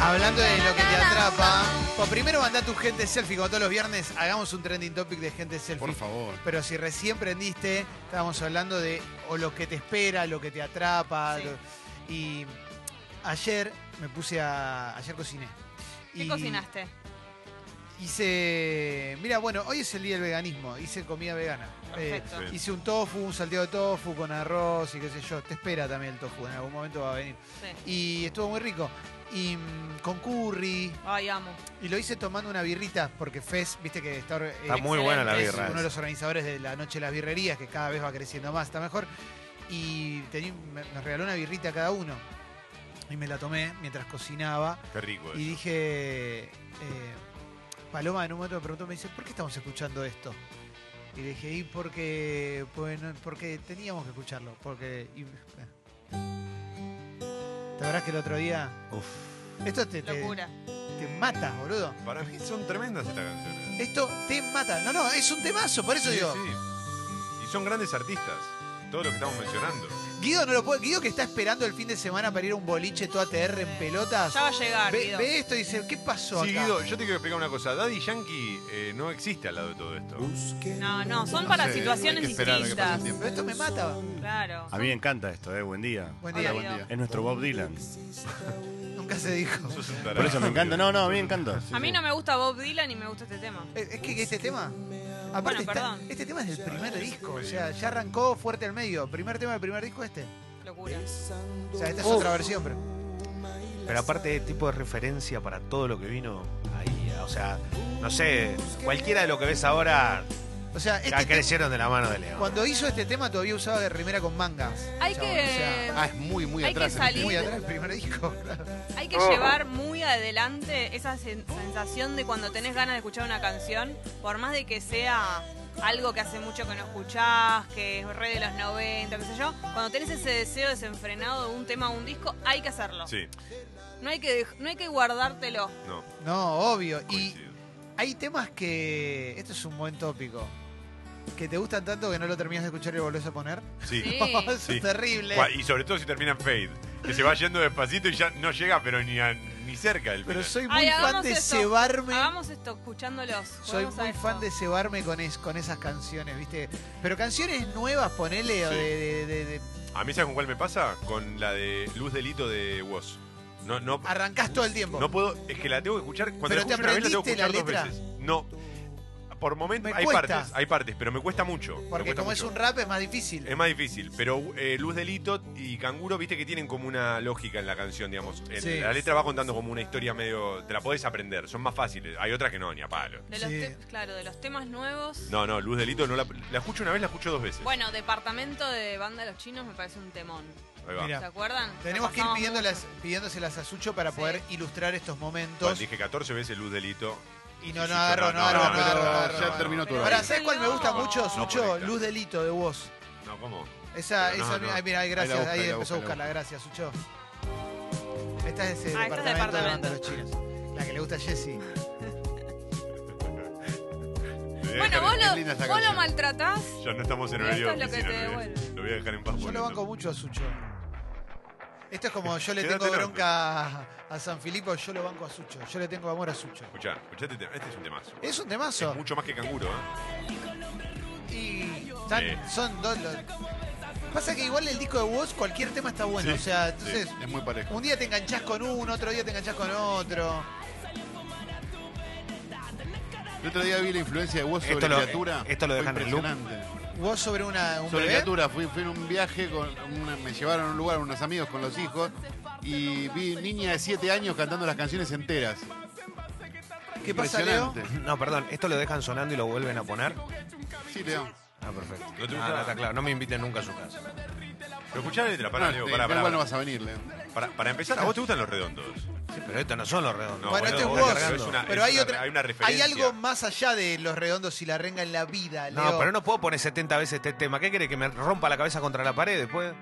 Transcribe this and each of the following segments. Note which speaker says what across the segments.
Speaker 1: Hablando de lo que te atrapa, pues primero mandá tu gente selfie, como todos los viernes hagamos un trending topic de gente selfie.
Speaker 2: Por favor.
Speaker 1: Pero si recién prendiste, estábamos hablando de o lo que te espera, lo que te atrapa.
Speaker 3: Sí.
Speaker 1: lo- y ayer me puse a. Ayer cociné.
Speaker 3: ¿Qué
Speaker 1: Y
Speaker 3: cocinaste?
Speaker 1: Hice. Mira, bueno, hoy es el día del veganismo. Hice comida vegana. Eh,
Speaker 3: Perfecto.
Speaker 2: sí.
Speaker 1: hice un tofu, un salteado de tofu con arroz y qué sé yo. Te espera también el tofu, en algún momento va a venir.
Speaker 3: Sí.
Speaker 1: Y estuvo muy rico. Y mm, con curry.
Speaker 3: Ay, amo.
Speaker 1: Y lo hice tomando una birrita, porque Fez, viste que está, eh,
Speaker 4: Está muy buena la
Speaker 1: es
Speaker 4: birra.
Speaker 1: uno de los organizadores de la Noche de las Birrerías, que cada vez va creciendo más, está mejor. Y tenía- me, nos regaló una birrita a cada uno. Y me la tomé mientras cocinaba.
Speaker 2: Qué rico
Speaker 1: Y
Speaker 2: eso.
Speaker 1: dije, eh, Paloma en un momento me preguntó, me dice, ¿por qué estamos escuchando esto? Y le dije, y porque, bueno, porque teníamos que escucharlo. Porque. y- ¿Te acuerdas que el otro día? Esto
Speaker 4: Este,
Speaker 1: te, te,
Speaker 3: Locura.
Speaker 1: te mata, boludo.
Speaker 2: Para mí son tremendas estas canciones.
Speaker 1: Esto te mata. No, no, es un temazo, por eso
Speaker 2: Sí,
Speaker 1: digo.
Speaker 2: sí. Y son grandes artistas. Todo lo que estamos mencionando.
Speaker 1: Guido no lo puede. Guido que está esperando el fin de semana para ir a un boliche toda TR en pelotas.
Speaker 3: Ya va a llegar,
Speaker 1: Ve,
Speaker 3: Guido.
Speaker 1: ve esto y dice, ¿qué pasó
Speaker 2: Sí,
Speaker 1: acá?
Speaker 2: Guido, yo te quiero explicar una cosa. Daddy Yankee eh, no existe al lado de todo esto.
Speaker 3: No, no, son para
Speaker 4: Sí, hay que
Speaker 3: situaciones
Speaker 4: esperar a que pase
Speaker 3: distintas.
Speaker 4: el tiempo.
Speaker 1: Pero esto me mata.
Speaker 3: Claro.
Speaker 4: A mí me encanta esto, eh. Buen día.
Speaker 1: Buen
Speaker 3: Hola,
Speaker 1: día.
Speaker 3: Guido.
Speaker 4: Es nuestro Bob Dylan.
Speaker 1: Nunca se dijo.
Speaker 2: Sos un tarado.
Speaker 4: Por eso me encanta. No, no, a mí me encanta. Sí,
Speaker 3: A mí
Speaker 4: sí.
Speaker 3: no me gusta Bob Dylan y me gusta este tema.
Speaker 1: Eh, Es que este tema. Aparte,
Speaker 3: Bueno,
Speaker 1: está-
Speaker 3: perdón.
Speaker 1: este tema es del primer disco. O sea, ya arrancó fuerte al medio. Primer tema del primer disco este.
Speaker 3: Locura.
Speaker 1: O sea, esta es otra versión, pero.
Speaker 5: Pero aparte, tipo de referencia para todo lo que vino ahí. O sea, no sé, cualquiera de lo que ves ahora
Speaker 1: O sea, este
Speaker 5: ya
Speaker 1: tema-
Speaker 5: crecieron de la mano de Leo.
Speaker 1: cuando hizo este tema todavía usaba de remera con mangas.
Speaker 3: Hay
Speaker 1: Chabón, o
Speaker 3: que,
Speaker 1: sea,
Speaker 4: Ah, es muy, muy Oh.
Speaker 3: Hay
Speaker 4: atrás.
Speaker 3: que salir.
Speaker 1: muy atrás el primer disco.
Speaker 3: hay que llevar muy adelante esa sen- sensación de cuando tenés ganas de escuchar una canción, por más de que sea algo que hace mucho que no escuchás, que es re de los 90, qué sé yo, cuando tenés ese deseo desenfrenado de un tema o un disco, hay que hacerlo.
Speaker 2: Sí,
Speaker 3: No, hay que, dej- no hay que guardártelo.
Speaker 2: no.
Speaker 1: No, obvio. Y
Speaker 2: coincido.
Speaker 1: Hay temas que. Esto es un buen tópico. Que te gustan tanto que no lo terminas de escuchar y lo volvés a poner.
Speaker 2: Sí.
Speaker 3: Sí.
Speaker 1: Eso
Speaker 2: Sí.
Speaker 1: es terrible.
Speaker 2: Guau, Y sobre todo si termina en fade. Que se va yendo despacito y ya no llega, pero ni, a- ni cerca del
Speaker 1: Pero
Speaker 2: final.
Speaker 1: soy muy
Speaker 3: Ay,
Speaker 1: fan
Speaker 3: hagamos
Speaker 1: de
Speaker 3: esto.
Speaker 1: cebarme.
Speaker 3: Hagamos esto escuchándolos.
Speaker 1: Soy
Speaker 3: juguemos a
Speaker 1: muy
Speaker 3: esto.
Speaker 1: fan de cebarme con, es- con esas canciones, ¿viste? Pero canciones nuevas, ponele, o
Speaker 2: Sí.
Speaker 1: de, de- de- de-
Speaker 2: A mí, ¿sabes con cuál me pasa? Con la de Luz Delito de Woz. No, no,
Speaker 1: Arrancás todo el tiempo.
Speaker 2: no puedo. Es que la tengo que escuchar. Cuando
Speaker 1: ¿Pero
Speaker 2: la
Speaker 1: te
Speaker 2: escucho una vez, la tengo que
Speaker 1: aprendiste la
Speaker 2: escuchar dos veces. No. Por momentos
Speaker 1: Me
Speaker 2: hay
Speaker 1: cuesta.
Speaker 2: partes, hay partes, pero me cuesta mucho. me
Speaker 1: porque
Speaker 2: cuesta
Speaker 1: como es
Speaker 2: mucho.
Speaker 1: un rap es más difícil.
Speaker 2: Es más difícil, pero eh, Luz Delito y Canguro, viste que tienen como una lógica en la canción, digamos. En-
Speaker 1: Sí.
Speaker 2: La letra va contando como una historia medio. Te la podés aprender, son más fáciles. Hay otras que no, ni a palo.
Speaker 3: De los
Speaker 1: Sí.
Speaker 3: te- claro, de los temas nuevos.
Speaker 2: No, no, Luz Delito no la, la escucho una vez, la escucho dos veces.
Speaker 3: Bueno, Departamento de Banda de los Chinos me parece un temón.
Speaker 2: Ahí va.
Speaker 1: Mira.
Speaker 3: ¿Se acuerdan?
Speaker 1: Tenemos
Speaker 3: Lo
Speaker 1: que ir
Speaker 3: pasamos
Speaker 1: pidiéndolas,
Speaker 3: mucho.
Speaker 1: pidiéndoselas a Sucho para
Speaker 3: Sí.
Speaker 1: poder ilustrar estos
Speaker 2: Bueno,
Speaker 1: momentos.
Speaker 2: dije 14 veces Luz Delito.
Speaker 1: Y no,
Speaker 2: Sí,
Speaker 1: no agarro, no
Speaker 2: no,
Speaker 1: agarro,
Speaker 2: no,
Speaker 1: no
Speaker 2: no,
Speaker 1: agarro,
Speaker 2: no,
Speaker 1: no
Speaker 2: ya
Speaker 1: agarro. no
Speaker 4: terminó
Speaker 1: agarro.
Speaker 4: todo.
Speaker 1: Ahora, ¿sabés cuál me gusta
Speaker 3: No.
Speaker 1: mucho, Sucho?
Speaker 2: conecta.
Speaker 1: Luz delito de vos.
Speaker 2: No, ¿cómo?
Speaker 1: Esa,
Speaker 2: Pero no,
Speaker 1: esa,
Speaker 2: no.
Speaker 1: Ay, mira,
Speaker 4: Ahí la
Speaker 1: gracias,
Speaker 4: busca,
Speaker 1: ahí,
Speaker 4: ahí la
Speaker 1: empezó a
Speaker 4: busca,
Speaker 1: buscarla,
Speaker 4: la
Speaker 1: gracias, Sucho. Esta es el departamento, de
Speaker 3: Ah, este es
Speaker 1: la banda
Speaker 3: departamento.
Speaker 1: de los chinos, la que le gusta a Jessy.
Speaker 3: Bueno, vos
Speaker 4: Es
Speaker 3: lo,
Speaker 4: linda esa
Speaker 3: vos lo
Speaker 4: canción.
Speaker 3: maltratás.
Speaker 2: Ya no estamos en
Speaker 3: Y esto
Speaker 2: horario.
Speaker 3: es lo que
Speaker 2: oficina,
Speaker 3: te
Speaker 2: lo voy a-
Speaker 3: devuelve.
Speaker 2: Lo voy a dejar en paz.
Speaker 1: Yo
Speaker 2: porque
Speaker 1: lo banco
Speaker 2: no-
Speaker 1: mucho a Sucho. Esto es como yo le
Speaker 2: Quédate
Speaker 1: tengo
Speaker 2: en
Speaker 1: bronca a, a San Filipo, yo lo banco a Sucho. Yo le tengo amor a Sucho.
Speaker 2: Escuchá, escuchá este, tema. este es un temazo.
Speaker 1: Es un temazo.
Speaker 2: Mucho más que canguro, ¿eh?
Speaker 1: Y tan-
Speaker 2: Sí.
Speaker 1: son dos los... Pasa que igual el disco de Woz, cualquier tema está bueno.
Speaker 2: Sí,
Speaker 1: O sea, entonces,
Speaker 4: Es muy parejo.
Speaker 1: un día te enganchás con uno, otro día te enganchás con otro.
Speaker 4: El otro día vi la influencia de vos sobre
Speaker 5: Esto lo-
Speaker 4: criatura.
Speaker 5: esto lo
Speaker 4: Fue
Speaker 5: dejan en loop.
Speaker 4: impresionante.
Speaker 1: Woz sobre una, un
Speaker 4: Sobre
Speaker 1: bebé.
Speaker 4: criatura, fui, fui en un viaje, con una- me llevaron a un lugar, unos amigos con los hijos, y vi niña de 7 años cantando las canciones enteras.
Speaker 1: ¿Qué pasa, Leo?
Speaker 5: No, perdón, esto lo dejan sonando y lo vuelven a poner.
Speaker 4: Sí, Leo.
Speaker 5: Ah, perfecto.
Speaker 2: ¿No te
Speaker 5: Ah,
Speaker 2: gusta?
Speaker 5: no, está claro, no me inviten nunca a su casa.
Speaker 2: Pero escuchá la letra, pará,
Speaker 4: No,
Speaker 2: Leo,
Speaker 4: te-
Speaker 2: pará,
Speaker 4: igual
Speaker 2: pará.
Speaker 4: no vas a venir, Leo.
Speaker 2: Para, para empezar, ¿a vos te gustan los redondos?
Speaker 5: Sí, pero estos no son los redondos.
Speaker 2: No,
Speaker 1: bueno,
Speaker 2: bueno,
Speaker 1: este es
Speaker 2: vos
Speaker 1: vos.
Speaker 2: la cargás una-
Speaker 1: pero
Speaker 2: es
Speaker 1: hay
Speaker 2: una-
Speaker 1: otra.
Speaker 2: hay una referencia.
Speaker 1: algo más allá de los redondos y la renga en la vida, Leo.
Speaker 5: No, pero no puedo poner 70 veces este tema. ¿Qué quiere que me rompa la cabeza contra la pared después? Uf.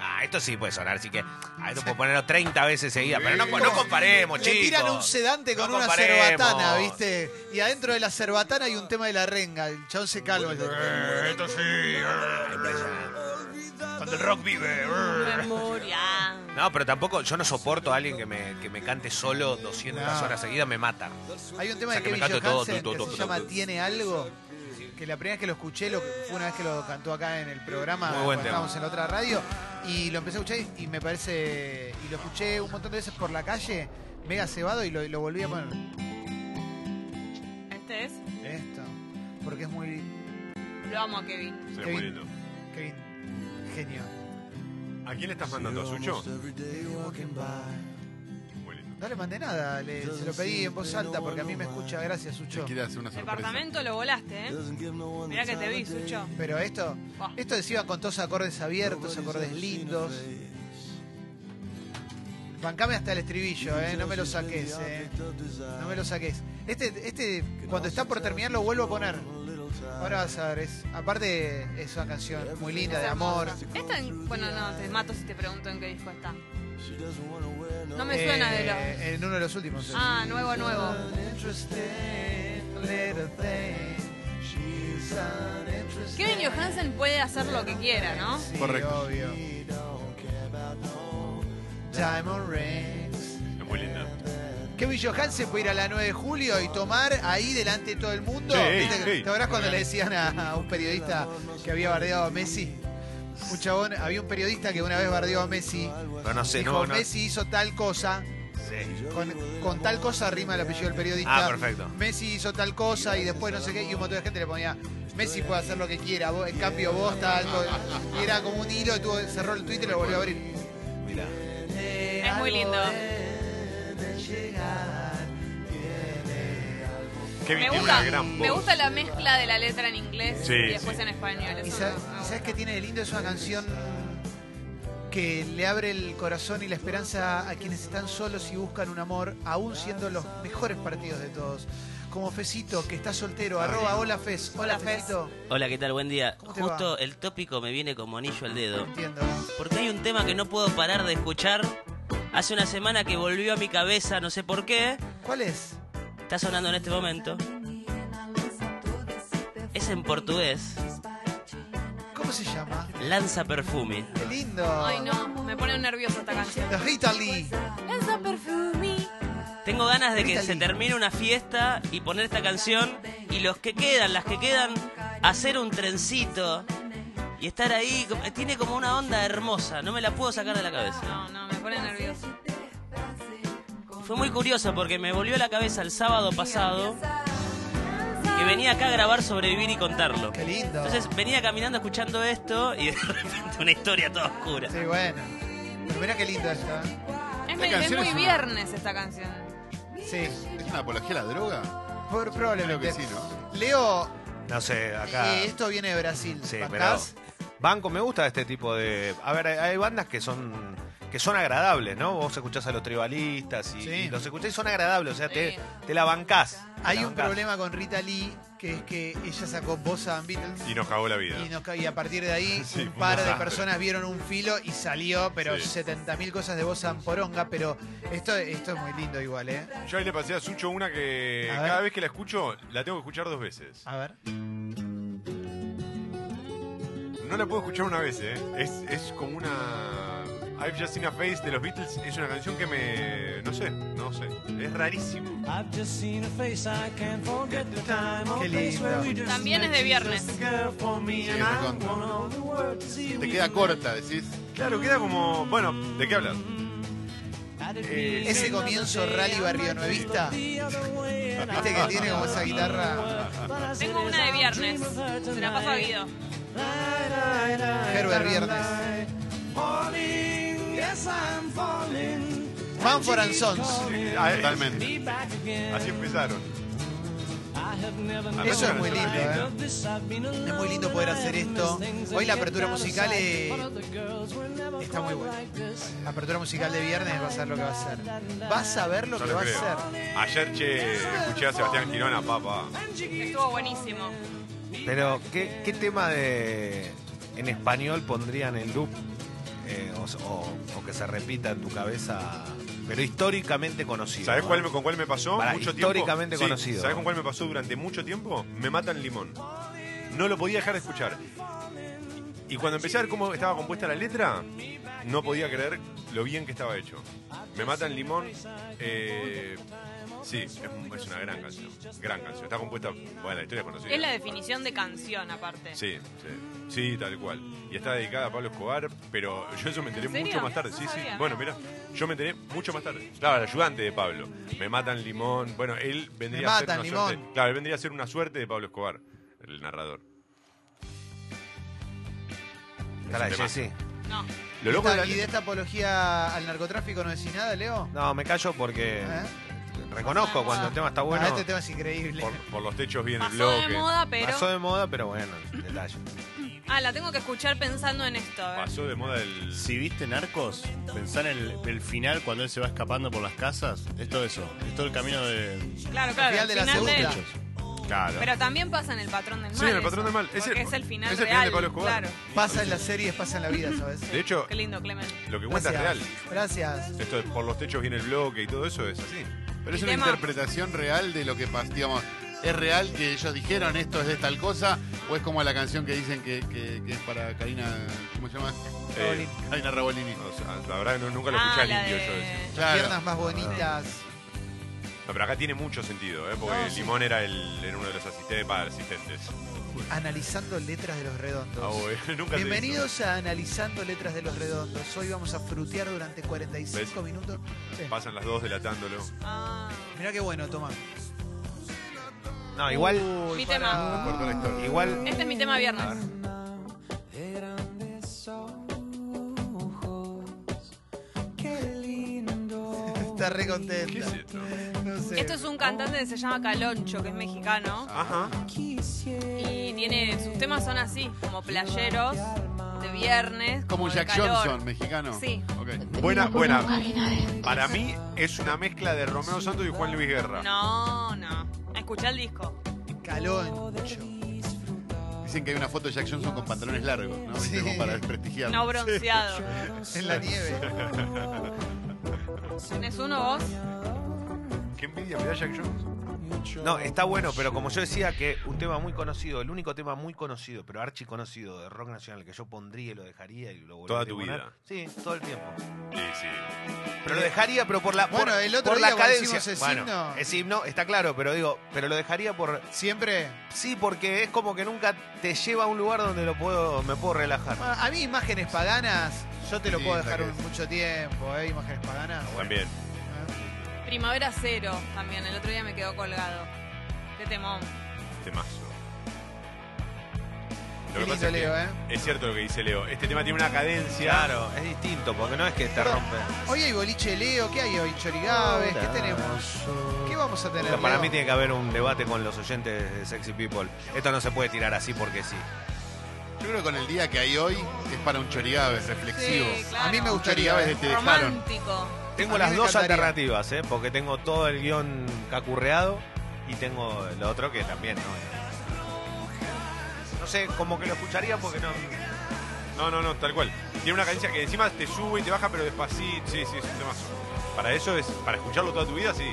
Speaker 5: Ah, esto sí puede sonar, así que ah, esto puedo ponerlo 30 veces seguida. Pero no, no comparemos,
Speaker 1: Le
Speaker 5: chicos.
Speaker 1: tiran un sedante con
Speaker 5: No
Speaker 1: una
Speaker 5: comparemos.
Speaker 1: cerbatana, ¿viste? Y adentro de la cerbatana hay un tema de la renga. El chabón se calma.
Speaker 5: Eh, Esto sí. eh, impresionante. Donde el rock vive. eh.
Speaker 3: Memoria.
Speaker 5: No, pero tampoco, yo no soporto a alguien que me, que me cante solo 200
Speaker 1: No.
Speaker 5: horas seguidas, me mata.
Speaker 1: Hay un tema
Speaker 5: O sea,
Speaker 1: de
Speaker 5: que me
Speaker 1: Kevin
Speaker 5: canto todo,
Speaker 1: Johansen
Speaker 5: todo,
Speaker 1: que
Speaker 5: todo,
Speaker 1: se
Speaker 5: todo,
Speaker 1: llama
Speaker 5: todo.
Speaker 1: Tiene Algo, que la primera vez que lo escuché lo, fue una vez que lo cantó acá en el programa
Speaker 5: Muy buen
Speaker 1: cuando
Speaker 5: tema.
Speaker 1: estábamos en la otra radio y lo empecé a escuchar y me parece, y lo escuché un montón de veces por la calle, mega cebado y lo, y lo volví a poner.
Speaker 3: Este es.
Speaker 1: Esto, porque es muy...
Speaker 3: Lo amo a Kevin.
Speaker 2: Se
Speaker 1: Kevin.
Speaker 2: muy lindo.
Speaker 1: Kevin, genio.
Speaker 2: ¿A quién le estás mandando a Sucho? Muy lindo.
Speaker 1: No le mandé nada, le- se lo pedí en voz alta porque a mí me escucha, gracias Sucho.
Speaker 4: Quiere hacer una sorpresa.
Speaker 3: Departamento lo volaste, ¿eh? Mirá que te vi, Sucho.
Speaker 1: Pero esto,
Speaker 3: Buah.
Speaker 1: esto decía con todos acordes abiertos, acordes lindos. Bancame hasta el estribillo, eh, no me lo saques, eh. No me lo saques. Este, este, cuando está por terminar lo vuelvo a poner. Ahora vas a ver, es, aparte es una canción muy linda de amor.
Speaker 3: Esta, en- bueno, no, te mato si te pregunto en qué disco está. No me
Speaker 1: Eh,
Speaker 3: suena de los.
Speaker 1: En uno de los últimos.
Speaker 3: Ah, nuevo, nuevo. Kevin Johansen puede hacer lo que quiera, ¿no?
Speaker 1: Sí,
Speaker 4: Correcto.
Speaker 1: obvio. Diamond Rings.
Speaker 2: Es muy linda.
Speaker 1: Kevin Johansen puede ir a la 9 de julio y tomar ahí delante de todo el mundo.
Speaker 2: Sí, hey,
Speaker 1: ¿Viste?
Speaker 2: hey.
Speaker 1: ¿Te acuerdas cuando le decían a, a un periodista que había bardeado a Messi? Un chabón, había un periodista que una vez bardeó a Messi.
Speaker 5: Pero no sé,
Speaker 1: dijo,
Speaker 5: no, no.
Speaker 1: Messi hizo tal cosa.
Speaker 5: Sí.
Speaker 1: Con, con tal cosa rima el apellido del periodista.
Speaker 5: Ah, perfecto.
Speaker 1: Messi hizo tal cosa y después no sé qué. Y un montón de gente le ponía, Messi puede hacer lo que quiera, vos- en cambio vos tal. co-". Y era como un hilo, y tuvo, cerró el Twitter y lo volvió a abrir.
Speaker 5: Mirá.
Speaker 3: Es muy lindo.
Speaker 2: Kevin
Speaker 3: Me
Speaker 2: tiene
Speaker 3: gusta,
Speaker 2: una gran voz.
Speaker 3: me gusta la mezcla de la letra en inglés
Speaker 2: Sí,
Speaker 3: y después
Speaker 2: sí.
Speaker 3: en español.
Speaker 1: ¿Y
Speaker 3: Eso
Speaker 1: sabes,
Speaker 3: me- me
Speaker 1: y
Speaker 3: gusta.
Speaker 1: sabes qué tiene de lindo? Es una canción que le abre el corazón y la esperanza a quienes están solos y buscan un amor, aún siendo los mejores partidos de todos. Como Fecito, que está soltero, arroba hola Fez, hola Fecito.
Speaker 6: Hola, ¿qué tal? Buen día.
Speaker 1: ¿Cómo te va?
Speaker 6: Justo el tópico me viene como anillo al dedo.
Speaker 1: Entiendo.
Speaker 6: Porque hay un tema que no puedo parar de escuchar. Hace una semana que volvió a mi cabeza, no sé por qué.
Speaker 1: ¿Cuál es?
Speaker 6: Está sonando en este momento. Es en portugués.
Speaker 1: ¿Cómo se llama?
Speaker 6: Lanza perfume.
Speaker 1: Qué lindo.
Speaker 3: Ay, no, me pone nerviosa esta canción.
Speaker 1: Los Italy.
Speaker 3: Lanza perfume.
Speaker 6: Tengo ganas de que
Speaker 1: Rita
Speaker 6: se
Speaker 1: Lee.
Speaker 6: termine una fiesta y poner esta canción y los que quedan, las que quedan, hacer un trencito y estar ahí. co- Tiene como una onda hermosa, no me la puedo sacar de la cabeza.
Speaker 3: No, no, me pone nerviosa.
Speaker 6: Fue muy curioso porque me volvió a la cabeza el sábado pasado que venía acá a grabar Sobrevivir y contarlo.
Speaker 1: Qué lindo.
Speaker 6: Entonces venía caminando escuchando esto y de repente una historia toda oscura.
Speaker 1: sí, bueno. Pero mirá qué lindo ¿eh? está.
Speaker 3: Es, me- es
Speaker 4: canción
Speaker 3: muy
Speaker 4: es una-
Speaker 3: viernes esta canción.
Speaker 1: Sí.
Speaker 4: ¿Es una apología a la droga?
Speaker 1: Por,
Speaker 4: Creo
Speaker 1: probablemente.
Speaker 4: que sí, ¿no?
Speaker 1: Leo,
Speaker 5: No sé, acá.
Speaker 1: eh, esto viene de Brasil.
Speaker 5: Sí, pero
Speaker 1: ¿Bancás?
Speaker 5: banco me gusta este tipo de. A ver, hay- hay bandas que son que son agradables, ¿no? Vos escuchás a los tribalistas y,
Speaker 1: Sí.
Speaker 5: y los escuchás y son agradables, o sea, te,
Speaker 3: Sí.
Speaker 5: te la bancás. te
Speaker 1: Hay un
Speaker 5: la bancás.
Speaker 1: problema con Rita Lee, que es que ella sacó Bossa and Beatles.
Speaker 2: Y nos cagó la vida.
Speaker 1: Y, nos ca- y a partir de ahí,
Speaker 2: Sí,
Speaker 1: un
Speaker 2: fue
Speaker 1: par
Speaker 2: un
Speaker 1: de
Speaker 2: desastre.
Speaker 1: personas vieron un filo y salió, pero
Speaker 2: Sí.
Speaker 1: 70.000 cosas de Bossa and Poronga. Pero esto, esto es muy lindo, igual, ¿eh?
Speaker 2: Yo ahí le pasé a Sucho una que
Speaker 1: A ver.
Speaker 2: cada vez que la escucho la tengo que escuchar dos veces.
Speaker 1: A ver.
Speaker 2: No la puedo escuchar una vez, ¿eh? Es, es como una... I've Just Seen a Face de los Beatles es una canción que me... No sé, no sé. Es rarísimo.
Speaker 1: Qué lindo.
Speaker 3: También es de viernes.
Speaker 4: Sí, recontra. Te queda corta, decís.
Speaker 2: Claro, queda como... Bueno, ¿de qué hablar? Eh,
Speaker 1: Ese comienzo rally barrio nuevista. Viste que tiene como esa guitarra.
Speaker 3: Tengo una de viernes. Se la paso a Guido.
Speaker 1: Herbert Viernes. Manford and Sons.
Speaker 2: eh, ah, eh,
Speaker 4: Totalmente.
Speaker 2: Así empezaron. Aparte
Speaker 1: Eso
Speaker 2: una
Speaker 1: es muy
Speaker 2: canción
Speaker 1: lindo, ¿eh? Es muy lindo poder hacer esto. Hoy la apertura musical eh, está muy buena. La apertura musical de viernes va a ser lo que va a ser. Vas a ver lo
Speaker 2: Yo
Speaker 1: que
Speaker 2: lo
Speaker 1: va a
Speaker 2: creo.
Speaker 1: ser.
Speaker 2: Ayer, che, escuché a Sebastián Girona, papá.
Speaker 3: Estuvo buenísimo.
Speaker 5: Pero, ¿qué, qué tema de en español pondrían en loop eh, o, o- o que se repita en tu cabeza, pero históricamente conocido?
Speaker 2: ¿Sabés
Speaker 5: ¿no?
Speaker 2: cuál me- con cuál me pasó?
Speaker 5: Pará,
Speaker 2: mucho
Speaker 5: históricamente
Speaker 2: tiempo.
Speaker 5: conocido.
Speaker 2: ¿Sabés con cuál me pasó durante mucho tiempo? Me matan limón. No lo podía dejar de escuchar. Y cuando empecé a ver cómo estaba compuesta la letra, no podía creer lo bien que estaba hecho. Me matan limón. eh, sí, es, un- es una gran canción. Gran canción. Está compuesta. Bueno, la historia es conocida.
Speaker 3: Es la definición de canción, aparte.
Speaker 2: Sí, sí, sí, tal cual. Y está dedicada a Pablo Escobar, pero yo eso me enteré
Speaker 3: ¿En serio?
Speaker 2: mucho más tarde.
Speaker 3: No
Speaker 2: Sí, sí.
Speaker 3: sabía.
Speaker 2: Bueno, mira, yo me enteré mucho más tarde. Claro, el ayudante de Pablo. Me matan limón. Bueno, él vendría
Speaker 1: Me
Speaker 2: a ser
Speaker 1: matan
Speaker 2: una
Speaker 1: limón.
Speaker 2: suerte. Claro, él vendría a ser una suerte de Pablo Escobar, el narrador.
Speaker 5: Está la de
Speaker 2: tema.
Speaker 5: Jessy.
Speaker 3: No.
Speaker 2: Lo loco de
Speaker 1: Esta-
Speaker 2: la
Speaker 1: ¿Y de
Speaker 2: letra-
Speaker 1: esta apología al narcotráfico no decís nada, Leo?
Speaker 5: No, me callo porque
Speaker 1: ¿Eh?
Speaker 5: reconozco cuando el tema está bueno.
Speaker 1: Ah, este tema es increíble.
Speaker 2: por, por los techos viene el
Speaker 3: Pasó de
Speaker 2: bloque.
Speaker 3: moda, pero.
Speaker 5: Pasó de moda, pero bueno, detalle.
Speaker 3: Ah, la tengo que escuchar pensando en esto. a ver.
Speaker 2: Pasó de moda el.
Speaker 7: Si viste Narcos, pensar en el, el final cuando él se va escapando por las casas, es todo eso, es todo el camino de...
Speaker 3: Claro, claro.
Speaker 1: final de la
Speaker 3: final
Speaker 1: segunda.
Speaker 3: del-
Speaker 7: Claro.
Speaker 3: Pero también pasa en el patrón del mal.
Speaker 2: Sí, en El Patrón
Speaker 3: eso,
Speaker 2: del Mal. Es
Speaker 3: porque
Speaker 2: el-
Speaker 3: es el final
Speaker 2: es el
Speaker 3: real.
Speaker 2: final de Pablo Escobar.
Speaker 3: Claro.
Speaker 1: Pasa en las series, pasa en la vida, ¿sabes?
Speaker 2: De hecho,
Speaker 3: Qué lindo, Clemente.
Speaker 2: lo que cuenta es real.
Speaker 1: Gracias.
Speaker 2: Esto de por los techos viene el bloque y todo eso es así.
Speaker 4: Pero es
Speaker 3: Y
Speaker 4: una
Speaker 3: tema-
Speaker 4: interpretación real de lo que pas- digamos, es real que ellos dijeron esto es de tal cosa, o es como la canción que dicen que, que- que es para Karina, ¿cómo se llama?
Speaker 2: Eh, Ah.
Speaker 4: Karina Rabolini.
Speaker 2: o sea, la verdad que no- nunca lo escuché
Speaker 3: Ah,
Speaker 2: al
Speaker 3: la
Speaker 2: indio yo
Speaker 3: de...
Speaker 2: decir.
Speaker 1: Piernas más bonitas.
Speaker 2: No, pero acá tiene mucho sentido, ¿eh? porque
Speaker 1: No, sí.
Speaker 2: Limón era, el, era uno de los asistentes para asistentes.
Speaker 1: Analizando letras de los redondos.
Speaker 2: Ah, bueno, nunca se
Speaker 1: Bienvenidos a Analizando Letras de los Redondos. Hoy vamos a frutear durante 45 minutos. Sí.
Speaker 2: hizo. Pasan las dos delatándolo.
Speaker 3: Ah.
Speaker 1: Mirá qué bueno, toma.
Speaker 5: No, igual,
Speaker 1: Uy,
Speaker 3: Mi
Speaker 1: pará.
Speaker 3: tema.
Speaker 4: Cortó la
Speaker 1: Uh.
Speaker 4: historia.
Speaker 5: igual
Speaker 3: Este es mi tema viernes.
Speaker 1: Está re
Speaker 2: ¿Qué
Speaker 1: contenta.
Speaker 2: es esto?
Speaker 1: No sé.
Speaker 3: Esto es un cantante que se llama Caloncho, que es mexicano.
Speaker 2: Ajá.
Speaker 3: Y tiene. Sus temas son así, como playeros, de viernes.
Speaker 4: Como un
Speaker 3: de
Speaker 4: Jack
Speaker 3: calor.
Speaker 4: Johnson, mexicano.
Speaker 3: Sí.
Speaker 4: Ok.
Speaker 2: Buena, buena. Para mí es una mezcla de Romeo Santos y Juan Luis Guerra.
Speaker 3: No, no. Escucha el disco.
Speaker 1: Caloncho.
Speaker 4: Dicen que hay una foto de Jack Johnson con pantalones largos, ¿no?
Speaker 1: Sí.
Speaker 4: Como para desprestigiar.
Speaker 3: No bronceado.
Speaker 1: En la nieve.
Speaker 3: ¿Tenés uno vos?
Speaker 2: Qué envidia me da Jack Jones.
Speaker 5: No, está bueno, pero como yo decía que un tema muy conocido, el único tema muy conocido, pero archi conocido de rock nacional que yo pondría y lo dejaría y lo volvería
Speaker 2: Toda
Speaker 5: a
Speaker 2: tu
Speaker 5: poner.
Speaker 2: vida.
Speaker 5: Sí, todo el tiempo.
Speaker 2: Sí, sí.
Speaker 5: Pero lo dejaría, pero por la por-
Speaker 1: Bueno, el otro
Speaker 5: por
Speaker 1: día
Speaker 5: la
Speaker 1: cuando
Speaker 5: cadencia.
Speaker 1: hicimos ese
Speaker 5: bueno,
Speaker 1: himno.
Speaker 5: es himno, está claro, pero digo, pero lo dejaría por
Speaker 1: Siempre.
Speaker 5: sí, porque es como que nunca te lleva a un lugar donde lo puedo me puedo relajar.
Speaker 1: Bueno, a mí imágenes paganas, yo te lo
Speaker 4: Sí,
Speaker 1: puedo
Speaker 4: está
Speaker 1: dejar
Speaker 4: que
Speaker 1: un- mucho tiempo, ¿eh? Imágenes paganas.
Speaker 2: También.
Speaker 1: ¿eh?
Speaker 3: Primavera Cero también. El otro día me quedó colgado. Qué temón.
Speaker 2: Temazo.
Speaker 1: Qué
Speaker 2: Lo que
Speaker 1: lindo,
Speaker 2: pasa es
Speaker 1: Leo, ¿eh?
Speaker 2: que es cierto lo que dice Leo. Este tema tiene una cadencia.
Speaker 5: Claro, es distinto, porque no es que te rompe.
Speaker 1: Hoy hay boliche Leo, ¿qué hay hoy? Chorigaves, ¿qué tenemos? ¿Qué vamos a
Speaker 5: O
Speaker 1: tener?
Speaker 5: sea, para
Speaker 1: Leo?
Speaker 5: mí tiene que haber un debate con los oyentes de Sexy People. Esto no se puede tirar así porque sí.
Speaker 4: Yo creo que con el día que hay hoy es para un chorigaves reflexivo.
Speaker 3: Sí, claro.
Speaker 1: A mí me gustaría.
Speaker 4: Chorigaves
Speaker 1: ¿eh?
Speaker 4: este de te dejaron.
Speaker 3: Romántico.
Speaker 5: Tengo
Speaker 1: A mí
Speaker 5: las
Speaker 1: me
Speaker 5: dos
Speaker 1: encantaría.
Speaker 5: alternativas, ¿eh? porque tengo todo el guión cacurreado y tengo lo otro que también, ¿no? No sé, como que lo escucharía porque no.
Speaker 2: No, no, no, tal cual. Tiene una cadencia que encima te sube y te baja, pero despacito. Sí, sí, es un temazo. Para eso es, para escucharlo toda tu vida, sí.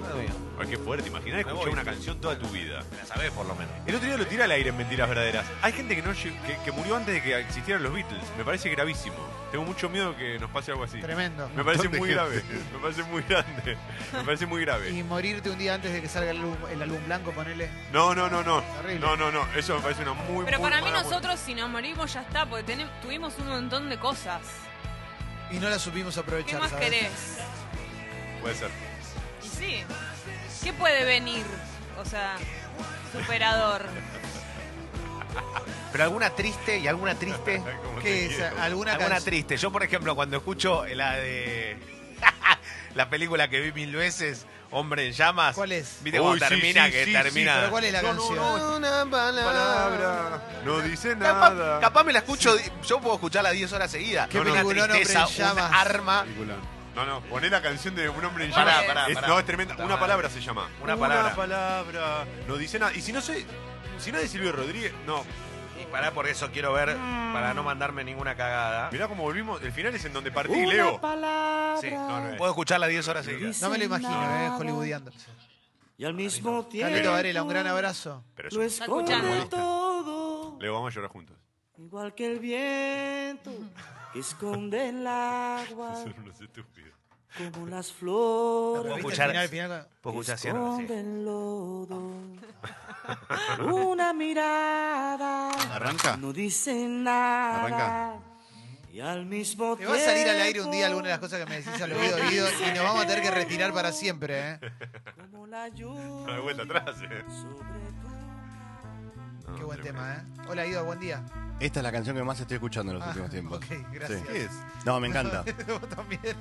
Speaker 5: no digo.
Speaker 2: Ay, qué fuerte, imaginá
Speaker 5: Me
Speaker 2: escuchar
Speaker 5: voy.
Speaker 2: una canción toda tu vida.
Speaker 5: Me la sabés por lo menos.
Speaker 2: El otro día lo tira al aire en Mentiras Verdaderas. Hay gente que, no, lle- que, que murió antes de que existieran los Beatles. Me parece gravísimo. Tengo mucho miedo que nos pase algo así.
Speaker 1: Tremendo.
Speaker 2: Me parece
Speaker 4: Montón de
Speaker 2: muy grave.
Speaker 4: gente.
Speaker 2: Me parece muy grande. Me parece muy grave.
Speaker 1: Y morirte un día antes de que salga el álbum, el álbum blanco, ponele.
Speaker 2: No, no, no, no.
Speaker 1: Terrible.
Speaker 2: No, no, no. Eso me parece una muy
Speaker 3: Pero
Speaker 2: muy
Speaker 3: para mí
Speaker 2: mala
Speaker 3: nosotros si nos morimos ya está, porque tenem- tuvimos un montón de cosas.
Speaker 1: Y no la supimos
Speaker 3: ¿Qué
Speaker 1: aprovechar,
Speaker 3: más
Speaker 1: ¿sabes?
Speaker 3: querés?
Speaker 2: muerte. Puede ser.
Speaker 3: Y sí. ¿Qué puede venir? O sea, superador.
Speaker 5: Pero alguna triste y alguna triste.
Speaker 2: Como
Speaker 1: ¿Qué
Speaker 2: te
Speaker 1: es?
Speaker 2: quiero.
Speaker 1: ¿Alguna,
Speaker 5: alguna
Speaker 1: canción?
Speaker 5: triste. Yo, por ejemplo, cuando escucho la de. la película que vi mil veces, Hombre en Llamas.
Speaker 1: ¿Cuál es?
Speaker 5: ¿Viste cómo
Speaker 2: Uy, sí,
Speaker 5: termina?
Speaker 2: sí,
Speaker 5: que
Speaker 2: sí, sí,
Speaker 5: termina.
Speaker 1: ¿Pero cuál es la
Speaker 2: No, no,
Speaker 1: canción?
Speaker 2: no.
Speaker 5: Una
Speaker 2: Palabra. No dice
Speaker 5: Capaz,
Speaker 2: nada.
Speaker 5: capaz me la escucho, yo puedo escucharla 10 horas seguidas.
Speaker 1: Qué
Speaker 5: No, no, una
Speaker 1: peliculón,
Speaker 5: tristeza,
Speaker 1: hombre, en
Speaker 5: un
Speaker 1: llamas.
Speaker 5: arma,
Speaker 4: Película.
Speaker 2: No, no. Poné la canción de un hombre en
Speaker 5: Pará,
Speaker 2: llamas.
Speaker 5: pará,
Speaker 2: Es-
Speaker 5: pará.
Speaker 2: No, es tremenda.
Speaker 5: Puta
Speaker 2: Una
Speaker 5: madre.
Speaker 2: palabra se llama.
Speaker 5: Una palabra.
Speaker 2: Una palabra. No dice nada. Y si no sé. Si no es Silvio Rodríguez. No.
Speaker 5: Y pará, por eso quiero ver, para no mandarme ninguna cagada.
Speaker 2: Mirá cómo volvimos. El final es en donde partí, Leo.
Speaker 5: Sí,
Speaker 2: No, no es.
Speaker 5: puedo escucharla 10 horas seguidas.
Speaker 1: No me lo imagino, ¿eh? Hollywoodiando.
Speaker 8: Y al mismo
Speaker 1: Carlito
Speaker 8: tiempo
Speaker 1: Varela, un gran abrazo.
Speaker 2: Pero es
Speaker 8: lo
Speaker 2: un
Speaker 8: esconde
Speaker 3: escuchando.
Speaker 8: todo.
Speaker 2: Leo, vamos a llorar juntos.
Speaker 8: Igual que el viento que esconde el
Speaker 6: Ah.
Speaker 8: agua,
Speaker 2: Son unos estúpidos.
Speaker 8: como las
Speaker 5: Puedo
Speaker 8: flores
Speaker 1: ¿Viste?
Speaker 5: escuchar,
Speaker 1: Al final, al final,
Speaker 5: puedo
Speaker 8: que
Speaker 5: escuchar Ciano, sí.
Speaker 8: esconden lodo. Una mirada
Speaker 4: ¿Arranca?
Speaker 8: no dice nada.
Speaker 4: Arranca.
Speaker 8: Y al mismo
Speaker 1: Te
Speaker 8: tiempo.
Speaker 1: va a salir al aire un día alguna de las cosas que me decís al oído, oído, y nos vamos a tener que retirar para siempre, ¿eh?
Speaker 8: Como la
Speaker 2: No hay
Speaker 8: lluvia
Speaker 2: vuelta atrás, eh.
Speaker 8: sobre tu-
Speaker 2: No,
Speaker 1: Qué buen
Speaker 2: tremendo.
Speaker 1: tema, ¿eh? Hola, Ido, buen día.
Speaker 7: Esta es la canción que más estoy escuchando en los
Speaker 1: Ah,
Speaker 7: últimos tiempos.
Speaker 1: ok, gracias.
Speaker 7: Sí. No, me encanta.
Speaker 1: Vos también.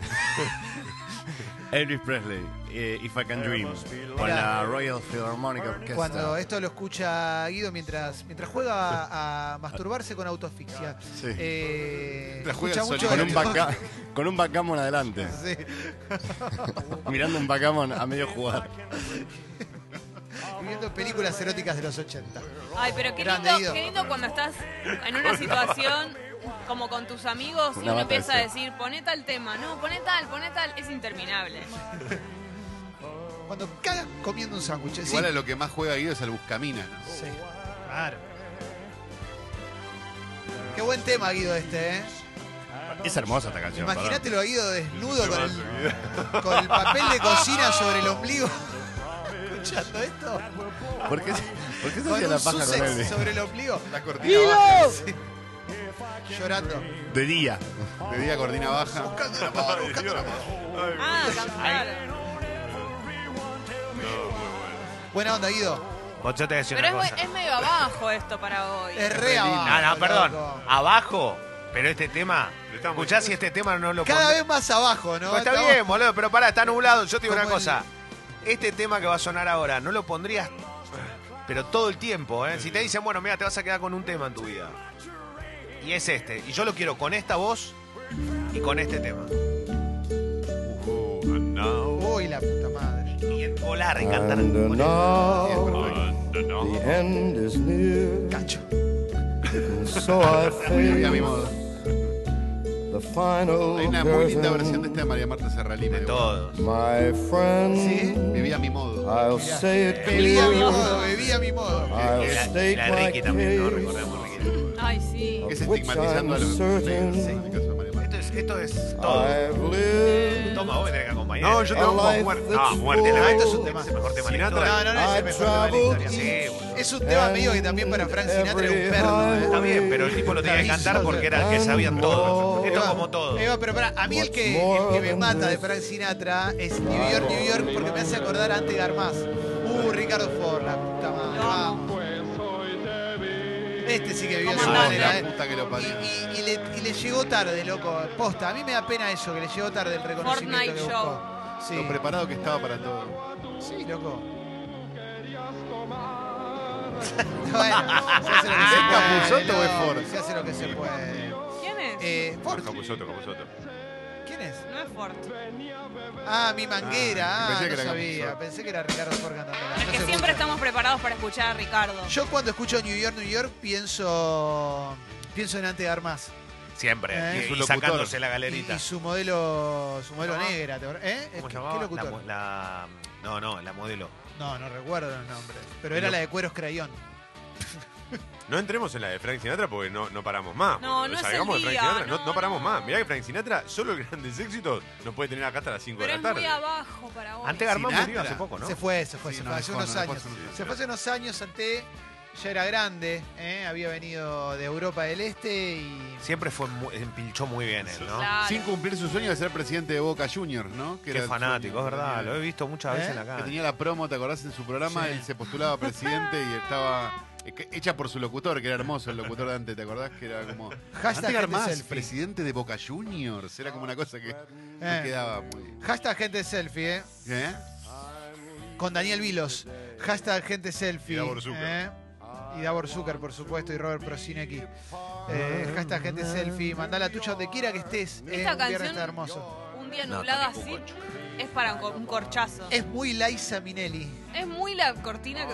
Speaker 7: Elvis Presley, eh, If I Can Dream, con la Royal Philharmonic Orchestra.
Speaker 1: Cuando esto lo escucha Guido mientras, mientras juega a, a masturbarse con autoasfixia.
Speaker 4: Sí.
Speaker 1: Eh,
Speaker 4: La juega
Speaker 1: escucha mucho
Speaker 4: solito.
Speaker 7: con un,
Speaker 1: esto.
Speaker 7: backga- con un backgammon adelante,
Speaker 1: Sí.
Speaker 7: mirando un backgammon a medio jugar.
Speaker 1: Y Viendo películas eróticas de los 80.
Speaker 3: Ay, pero qué
Speaker 1: Grande,
Speaker 3: lindo,
Speaker 1: Guido.
Speaker 3: qué lindo cuando estás en una situación como con tus amigos y
Speaker 7: Una
Speaker 3: uno
Speaker 7: bata
Speaker 3: empieza a
Speaker 7: de
Speaker 3: decir, poné tal tema, no, poné tal, poné tal, es interminable.
Speaker 1: Cuando cagan comiendo un sándwich. Sí.
Speaker 4: Igual a lo que más juega Guido es al Buscamina. ¿no?
Speaker 1: Sí. Claro. Qué buen tema, Guido, este, ¿eh?
Speaker 7: Es hermosa esta canción. perdón.
Speaker 1: Imagínatelo a Guido desnudo con el, con el papel de cocina sobre el ombligo. ¿Escuchando esto?
Speaker 7: ¿Por qué, por qué se
Speaker 1: Con
Speaker 7: hacía la
Speaker 1: un
Speaker 7: paja con ¿eh?
Speaker 1: Sussex
Speaker 7: Elvis?
Speaker 1: sobre el ombligo.
Speaker 4: La cortina baja.
Speaker 1: Sí. Llorando.
Speaker 7: De día.
Speaker 4: De día cortina baja.
Speaker 2: Ay, Dios. Ay,
Speaker 3: Ah, claro.
Speaker 2: no, muy bueno.
Speaker 1: Buena onda, Guido.
Speaker 5: Vos, yo te voy a decir
Speaker 3: Pero es,
Speaker 5: una cosa.
Speaker 3: muy- es medio abajo esto para hoy.
Speaker 1: Es re abajo,
Speaker 5: Ah, No, no, perdón.
Speaker 1: loco.
Speaker 5: Abajo, pero este tema.
Speaker 2: Le estamos-
Speaker 5: Escuchá si este tema no lo
Speaker 1: Cada
Speaker 5: pondré-
Speaker 1: vez más abajo, ¿no?
Speaker 5: Pues está
Speaker 1: Estamos-
Speaker 5: bien, boludo, pero pará, está nublado. Yo te digo una
Speaker 1: Como el-
Speaker 5: cosa. Este tema que va a sonar ahora, no lo pondrías, pero todo el tiempo, ¿eh? Si te dicen, bueno, mira, te vas a quedar con un tema en tu vida. Y es este. Y yo lo quiero con esta voz y con este tema.
Speaker 2: Oh, and now,
Speaker 1: Uy, la puta madre.
Speaker 5: Y en volar y cantar.
Speaker 9: And now
Speaker 2: and now.
Speaker 9: the end is near.
Speaker 1: Cacho.
Speaker 9: So I
Speaker 4: Mira, mi
Speaker 9: face
Speaker 4: modo.
Speaker 9: the final
Speaker 4: Hay una muy linda versión de
Speaker 9: curtain.
Speaker 4: esta de María Marta Serralima.
Speaker 5: De todos.
Speaker 9: My friend,
Speaker 4: Vivía a mi modo.
Speaker 9: I'll say it to
Speaker 1: Bebía a mi modo,
Speaker 9: you.
Speaker 1: bebía a mi modo.
Speaker 5: Y
Speaker 9: I'll
Speaker 5: la, y
Speaker 9: state
Speaker 5: la
Speaker 9: my
Speaker 5: Ricky también, ¿no?
Speaker 9: case,
Speaker 5: Recordemos Ricky.
Speaker 3: Ay, sí.
Speaker 4: Que es
Speaker 9: of which
Speaker 4: estigmatizando a
Speaker 9: I'm
Speaker 4: los negros. En el
Speaker 9: certain
Speaker 4: caso de María Marta.
Speaker 5: Esto es, esto es todo.
Speaker 9: I've lived.
Speaker 5: Toma, vos me tenés que acompañar.
Speaker 2: No, yo te
Speaker 9: A
Speaker 2: banco a
Speaker 9: life
Speaker 2: muerte.
Speaker 9: that's
Speaker 2: Ah, muerte.
Speaker 9: full.
Speaker 5: Ah,
Speaker 2: la-
Speaker 5: esto es un tema, es el mejor tema de la
Speaker 2: Sinatra.
Speaker 5: historia.
Speaker 1: oh, No, no, no es el
Speaker 9: I
Speaker 1: mejor tema de la historia.
Speaker 9: traveled
Speaker 5: Sí, boludo.
Speaker 1: Es un tema medio que también para Frank Sinatra era un perro. ¿eh?
Speaker 5: Está bien, pero el tipo lo tenía que cantar porque era el que sabían todos. Esto como todo.
Speaker 1: Eva, pero pará, a mí el que, el que me mata de Frank Sinatra es New York, New York, porque me hace acordar a Antes de Armas. Uh, Ricardo Ford, la puta madre. vamos. Este sí que vivió su
Speaker 4: Ah,
Speaker 1: manera,
Speaker 4: la
Speaker 1: ¿eh?
Speaker 4: puta que lo
Speaker 1: Y,
Speaker 4: parió.
Speaker 1: y- y le, y le llegó tarde, loco. Posta, a mí me da pena eso, que le llegó tarde el reconocimiento
Speaker 3: Fortnite
Speaker 1: que buscó. Sí,
Speaker 4: Lo preparado que estaba para todo.
Speaker 1: sí, loco. bueno, se hace lo que se
Speaker 4: ¿Es
Speaker 1: puede,
Speaker 4: Capusotto o es
Speaker 1: loco,
Speaker 4: Ford?
Speaker 1: Se hace lo que se puede.
Speaker 3: ¿Quién es?
Speaker 1: Eh, Ford,
Speaker 2: Capuzoto, Capuzoto.
Speaker 1: ¿quién es?
Speaker 3: No es Ford.
Speaker 1: Ah, mi manguera.
Speaker 4: Ah,
Speaker 1: Ah,
Speaker 4: pensé que
Speaker 1: no
Speaker 4: era
Speaker 1: sabía.
Speaker 4: Capuzoto.
Speaker 1: Pensé que era Ricardo Ford cantando. No
Speaker 3: El que
Speaker 1: se
Speaker 3: siempre
Speaker 1: escucha.
Speaker 3: estamos preparados para escuchar a Ricardo.
Speaker 1: Yo cuando escucho New York, New York, pienso pienso en Ante de Armas.
Speaker 5: Siempre.
Speaker 1: Eh.
Speaker 5: y-
Speaker 1: Es
Speaker 5: Y,
Speaker 4: un locutor.
Speaker 5: sacándose la
Speaker 1: Y,
Speaker 5: galerita.
Speaker 1: y su modelo su modelo
Speaker 5: ¿Cómo se
Speaker 1: negra. ¿te acordás? ¿Eh?
Speaker 5: ¿Cómo
Speaker 1: ¿Qué,
Speaker 5: se
Speaker 1: qué
Speaker 5: llamaba? La,
Speaker 1: locutor?
Speaker 5: mo- la- no, no, la modelo.
Speaker 1: No, no recuerdo los nombres. Pero era
Speaker 5: Lo-
Speaker 1: la de cueros crayón.
Speaker 2: No entremos en la de Frank Sinatra porque no, no paramos más.
Speaker 3: No,
Speaker 2: boludo.
Speaker 3: no es
Speaker 2: Salgamos
Speaker 3: el
Speaker 2: de
Speaker 3: día,
Speaker 2: Frank Sinatra, no,
Speaker 3: no,
Speaker 2: no paramos
Speaker 3: no.
Speaker 2: más. Mirá que Frank Sinatra, solo grandes éxitos, nos puede tener acá hasta las 5 de
Speaker 3: Pero
Speaker 2: la
Speaker 3: es
Speaker 2: tarde.
Speaker 3: muy abajo para hoy.
Speaker 5: Antes Garmán murió
Speaker 4: Sinatra.
Speaker 5: hace poco, ¿no?
Speaker 1: Se fue, se fue,
Speaker 4: Sí,
Speaker 1: se
Speaker 4: no,
Speaker 1: fue hace
Speaker 4: dejó,
Speaker 1: unos
Speaker 4: no, dejó
Speaker 1: años.
Speaker 4: su lugar.
Speaker 1: Se fue hace unos años Ante ya era grande, ¿eh? había venido de Europa del Este y
Speaker 5: Siempre fue mu- empilchó muy bien él, ¿no?
Speaker 3: Claro.
Speaker 4: Sin cumplir su sueño de ser presidente de Boca Juniors, ¿no? Que
Speaker 5: Qué
Speaker 4: era el
Speaker 5: fanático, es
Speaker 4: sueño que
Speaker 5: verdad.
Speaker 4: tenía.
Speaker 5: Lo he visto muchas veces
Speaker 1: ¿Eh?
Speaker 5: en la
Speaker 4: Que
Speaker 5: cara.
Speaker 4: tenía la promo, ¿te acordás? En su programa,
Speaker 1: Sí.
Speaker 4: él se postulaba a presidente y estaba eh, que- hecha por su locutor, que era hermoso el locutor de antes, ¿te acordás? Que era como.
Speaker 1: Hashtag
Speaker 9: este
Speaker 4: Antes
Speaker 1: gente
Speaker 4: Armas,
Speaker 1: selfie.
Speaker 4: presidente de Boca Juniors. Era como una cosa que no
Speaker 1: Eh.
Speaker 4: quedaba muy.
Speaker 1: hashtag gente selfie, ¿eh?
Speaker 4: ¿Eh?
Speaker 1: con Daniel Vilos. Hashtag gente selfie.
Speaker 2: Y Davor Zucker.
Speaker 1: ¿eh? Y Davor Zucker, por supuesto, y Robert Prosinecki. Eh, hashtag gente selfie. Mandá la tuya donde quiera que estés. ¿eh?
Speaker 3: Esta
Speaker 1: Un viernes
Speaker 3: canción-
Speaker 1: está hermoso.
Speaker 3: Un día
Speaker 5: No,
Speaker 3: nublado
Speaker 5: tampoco,
Speaker 3: así es para un cor- un corchazo.
Speaker 1: Es muy Liza Minelli.
Speaker 3: Es muy la cortina que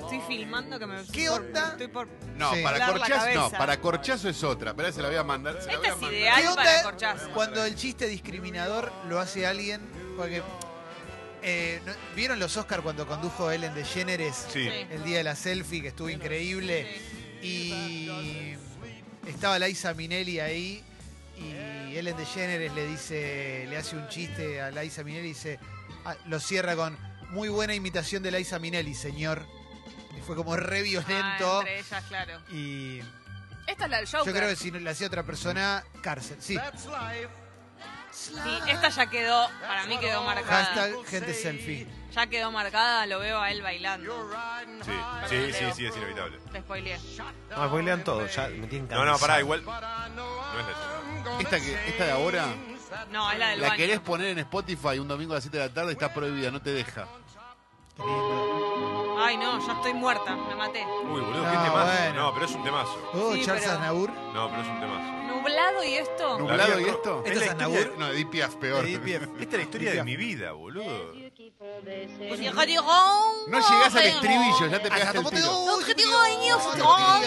Speaker 3: estoy filmando que me
Speaker 1: ¿Qué onda?
Speaker 3: Estoy por...
Speaker 4: No,
Speaker 1: Sí.
Speaker 4: para
Speaker 3: Volar la
Speaker 4: corchazo, no,
Speaker 3: cabeza.
Speaker 4: para corchazo es otra. Pero se la voy a mandar. se la voy
Speaker 3: Esta
Speaker 4: a
Speaker 3: es
Speaker 4: mandar.
Speaker 3: ideal
Speaker 1: ¿Qué
Speaker 3: para
Speaker 1: onda
Speaker 3: corchazo.
Speaker 1: Cuando el chiste discriminador lo hace alguien. Porque. eh, ¿no- ¿Vieron los Oscar cuando condujo Ellen DeGeneres?
Speaker 2: Sí.
Speaker 3: Sí.
Speaker 1: El día de la selfie, que estuvo increíble. Y. Estaba Liza Minelli ahí y Ellen DeGeneres le dice, le hace un chiste a Liza Minelli y dice, ah, lo cierra con muy buena imitación de Liza Minelli, señor. Y fue como re
Speaker 3: Ah,
Speaker 1: violento.
Speaker 3: entre ellas, claro.
Speaker 1: y
Speaker 3: Esta es la del
Speaker 1: yo
Speaker 3: Joker.
Speaker 1: creo que si la hacía otra persona, cárcel. Sí.
Speaker 3: Sí, esta ya quedó, para mí quedó marcada.
Speaker 1: Hashtag gente selfie.
Speaker 3: Ya quedó marcada, lo veo a él bailando.
Speaker 2: Sí, sí, sí, sí, es inevitable.
Speaker 3: Te spoileé.
Speaker 5: No, pues lean todo, ya me tienen
Speaker 2: No, no, pará,
Speaker 5: cansado.
Speaker 2: igual. No es la escena.
Speaker 4: Esta, que, esta de ahora,
Speaker 3: No, es la del
Speaker 4: la
Speaker 3: baño.
Speaker 4: querés poner en Spotify un domingo a las 7 de la tarde, está prohibida, no te deja.
Speaker 3: Ay, no, ya estoy muerta, me maté.
Speaker 2: Uy, boludo,
Speaker 1: No,
Speaker 2: qué temazo.
Speaker 1: bueno.
Speaker 2: No, pero es un temazo.
Speaker 1: Oh,
Speaker 3: Sí,
Speaker 1: Charles
Speaker 3: pero-
Speaker 1: Aznavour.
Speaker 2: No, pero es un temazo.
Speaker 3: Nublado y esto.
Speaker 2: La
Speaker 4: ¿Nublado
Speaker 2: vida,
Speaker 4: y
Speaker 2: bro,
Speaker 4: esto?
Speaker 1: ¿Esto
Speaker 2: la
Speaker 1: es
Speaker 2: historia
Speaker 1: Aznavour?
Speaker 4: No, de DPF peor.
Speaker 1: De DPF.
Speaker 2: Esta es la historia de mi vida, boludo.
Speaker 3: Pues yo digo, oh,
Speaker 4: No llegás al
Speaker 3: pero-
Speaker 4: estribillo, ya te pegaste el tiro.
Speaker 3: Los que digo, ay, Dios, ay,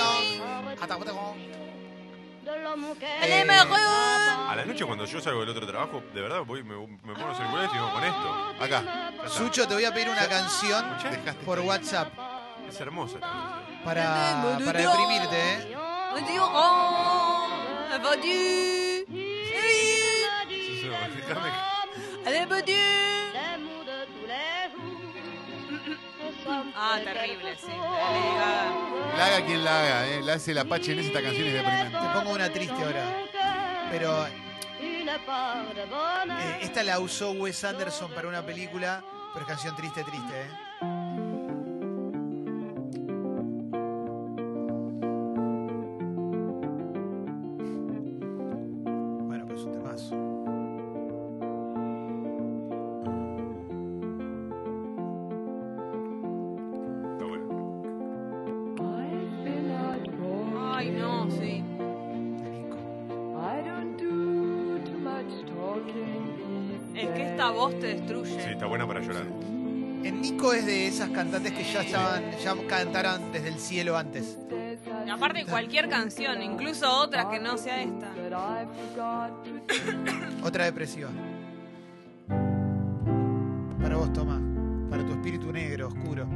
Speaker 4: Eh.
Speaker 3: el mejor.
Speaker 2: A la noche cuando yo salgo del otro trabajo, de verdad voy, me, me pongo los celulares y digo con esto. Ya
Speaker 4: Acá.
Speaker 2: está.
Speaker 1: Sucho, te voy a pedir una canción
Speaker 4: Dejaste
Speaker 1: por WhatsApp
Speaker 2: Es hermosa esta canción.
Speaker 1: para, para deprimirte, ¿eh?
Speaker 3: Me digo, oh, perdu. Oui,
Speaker 2: Sí, sí, déjame-
Speaker 3: elle est perdue. Ah, terrible, sí. Lady Gaga.
Speaker 4: La haga quien la haga, eh. La hace la Apache en esta canción es deprimente.
Speaker 1: Te pongo una triste ahora. Pero eh, esta la usó Wes Anderson para una película, pero es canción triste, triste, ¿eh? Bueno, pues es un temazo.
Speaker 2: Está bueno.
Speaker 3: Ay, no, sí. Es que esta voz te destruye.
Speaker 2: Sí, está buena para llorar.
Speaker 1: En Nico es de esas cantantes que ya estaban, ya cantaron desde el cielo antes.
Speaker 3: Y Aparte cualquier canción, incluso otra que no sea esta.
Speaker 1: Otra depresiva. Para vos, Tomás. Para tu espíritu negro, oscuro.
Speaker 2: A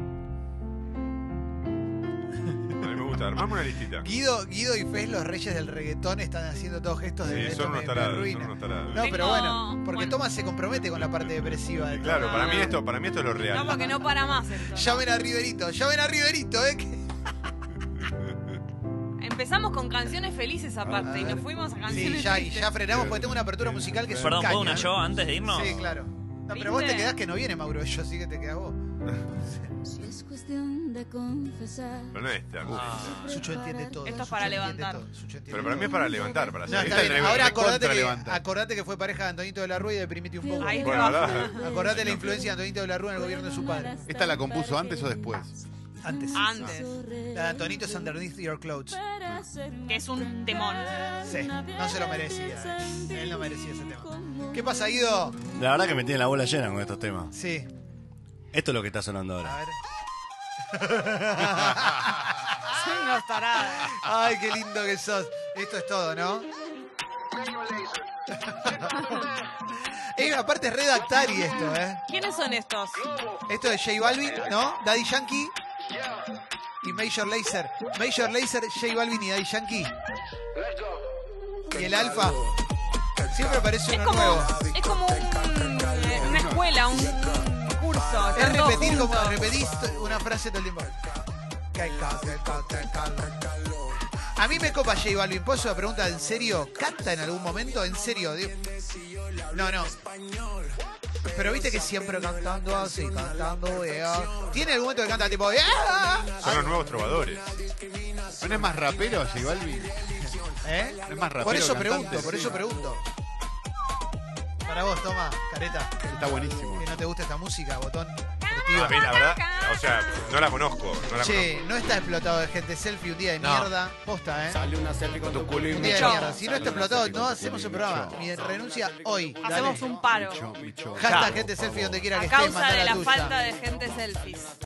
Speaker 2: mí me gusta. Armame una listita.
Speaker 1: Guido, Guido y Fez, los reyes del reggaetón, están haciendo todos gestos de
Speaker 2: Sí,
Speaker 1: esto
Speaker 2: son
Speaker 1: me-
Speaker 2: unos
Speaker 1: me
Speaker 2: tarados, son
Speaker 1: arruina.
Speaker 2: unos tarados.
Speaker 1: No, pero
Speaker 3: Tengo-
Speaker 1: bueno, porque
Speaker 3: bueno.
Speaker 1: Tomás se compromete con la parte depresiva de
Speaker 2: Y Claro, para mí esto, para mí esto es lo
Speaker 3: No,
Speaker 2: real.
Speaker 3: porque no para más esto.
Speaker 1: todo. Llamen a Riverito, llamen a Riverito, ¿eh? que-
Speaker 3: Empezamos con canciones felices aparte y nos fuimos a
Speaker 1: Sí,
Speaker 3: canciones
Speaker 1: ya, y
Speaker 3: tristes.
Speaker 1: ya frenamos porque tengo una apertura musical que es
Speaker 6: Perdón,
Speaker 1: un
Speaker 6: ¿puedo
Speaker 1: caño,
Speaker 6: una
Speaker 1: ¿eh?
Speaker 6: yo antes de irnos?
Speaker 1: Sí, claro. No, pero vos te
Speaker 3: ¿Viste?
Speaker 1: quedás que no viene Mauro, yo sí que te quedás vos.
Speaker 10: Es cuestión de confesar.
Speaker 2: Pero no es esta.
Speaker 1: Sucho entiende todo.
Speaker 3: Esto es
Speaker 1: Sucho
Speaker 3: para
Speaker 1: entiende
Speaker 3: levantar.
Speaker 1: todo, Sucho entiende
Speaker 2: Pero para mí es para levantar, para
Speaker 1: No,
Speaker 2: hacer.
Speaker 1: está bien.
Speaker 2: tremenda.
Speaker 1: Ahora acordate
Speaker 4: recontra
Speaker 1: que,
Speaker 4: levanta.
Speaker 1: acordate que fue pareja de Antonito de la Rúa y deprimite un poco.
Speaker 3: Ahí te
Speaker 2: Bueno,
Speaker 3: va.
Speaker 2: ahora-
Speaker 1: Acordate la influencia de Antonito de la Rúa en el gobierno de su padre.
Speaker 4: ¿Esta la compuso antes o después?
Speaker 1: Antes.
Speaker 3: Antes,
Speaker 1: La de Antonito es Underneath Your Clothes.
Speaker 3: que es un temón.
Speaker 1: Sí, no se lo merecía. Él no merecía ese tema. ¿Qué pasa, Guido?
Speaker 7: La verdad que me tiene la bola llena con estos temas.
Speaker 1: Sí,
Speaker 7: Esto es lo que está sonando
Speaker 1: a
Speaker 7: ahora.
Speaker 1: ver.
Speaker 3: No estará.
Speaker 1: Ay, qué lindo que sos. Esto es todo, ¿no? Eh, aparte es redactari esto, ¿eh?
Speaker 3: ¿Quiénes son estos?
Speaker 1: Esto es J Balvin, ¿no? Daddy Yankee y Major Lazer. Major Lazer, J Balvin y Daddy Yankee. Y el Alfa. Siempre aparece
Speaker 3: Es
Speaker 1: uno
Speaker 3: como,
Speaker 1: nuevo.
Speaker 3: es como un- eh, una escuela, un curso.
Speaker 1: Es
Speaker 3: están todos
Speaker 1: repetir como
Speaker 3: juntos.
Speaker 1: repetís to- una frase todo el tiempo. A mí me copa J Balvin. ¿Puedo hacer una pregunta en serio? ¿Canta en algún momento? ¿En serio? Digo- No, no. Pero viste que siempre cantando así, cantando, yeah. ¿Tiene algún momento que canta tipo, yeah?
Speaker 2: Son los nuevos trovadores.
Speaker 4: ¿No es más rapero, J Balvin?
Speaker 1: ¿Eh?
Speaker 4: Es más rapero
Speaker 1: Por eso
Speaker 4: que
Speaker 1: pregunto,
Speaker 4: cantante,
Speaker 1: por
Speaker 4: sí.
Speaker 1: eso pregunto. Para vos, toma, careta,
Speaker 4: Está buenísimo.
Speaker 1: que no te gusta esta música, botón.
Speaker 2: A mí, la verdad, o sea, no la conozco. No la
Speaker 1: Che, no está explotado de gente selfie un día de mierda. Posta, ¿eh. Un día de
Speaker 3: Chao.
Speaker 1: mierda. Si no está explotado, no hacemos el programa. Mi renuncia hoy. Dale.
Speaker 3: Hacemos un paro.
Speaker 4: Bicho, bicho.
Speaker 1: Hashtag gente selfie donde quiera que
Speaker 3: A
Speaker 1: estés,
Speaker 3: causa
Speaker 1: mandá la
Speaker 3: de la
Speaker 1: tuya.
Speaker 3: falta de gente selfies.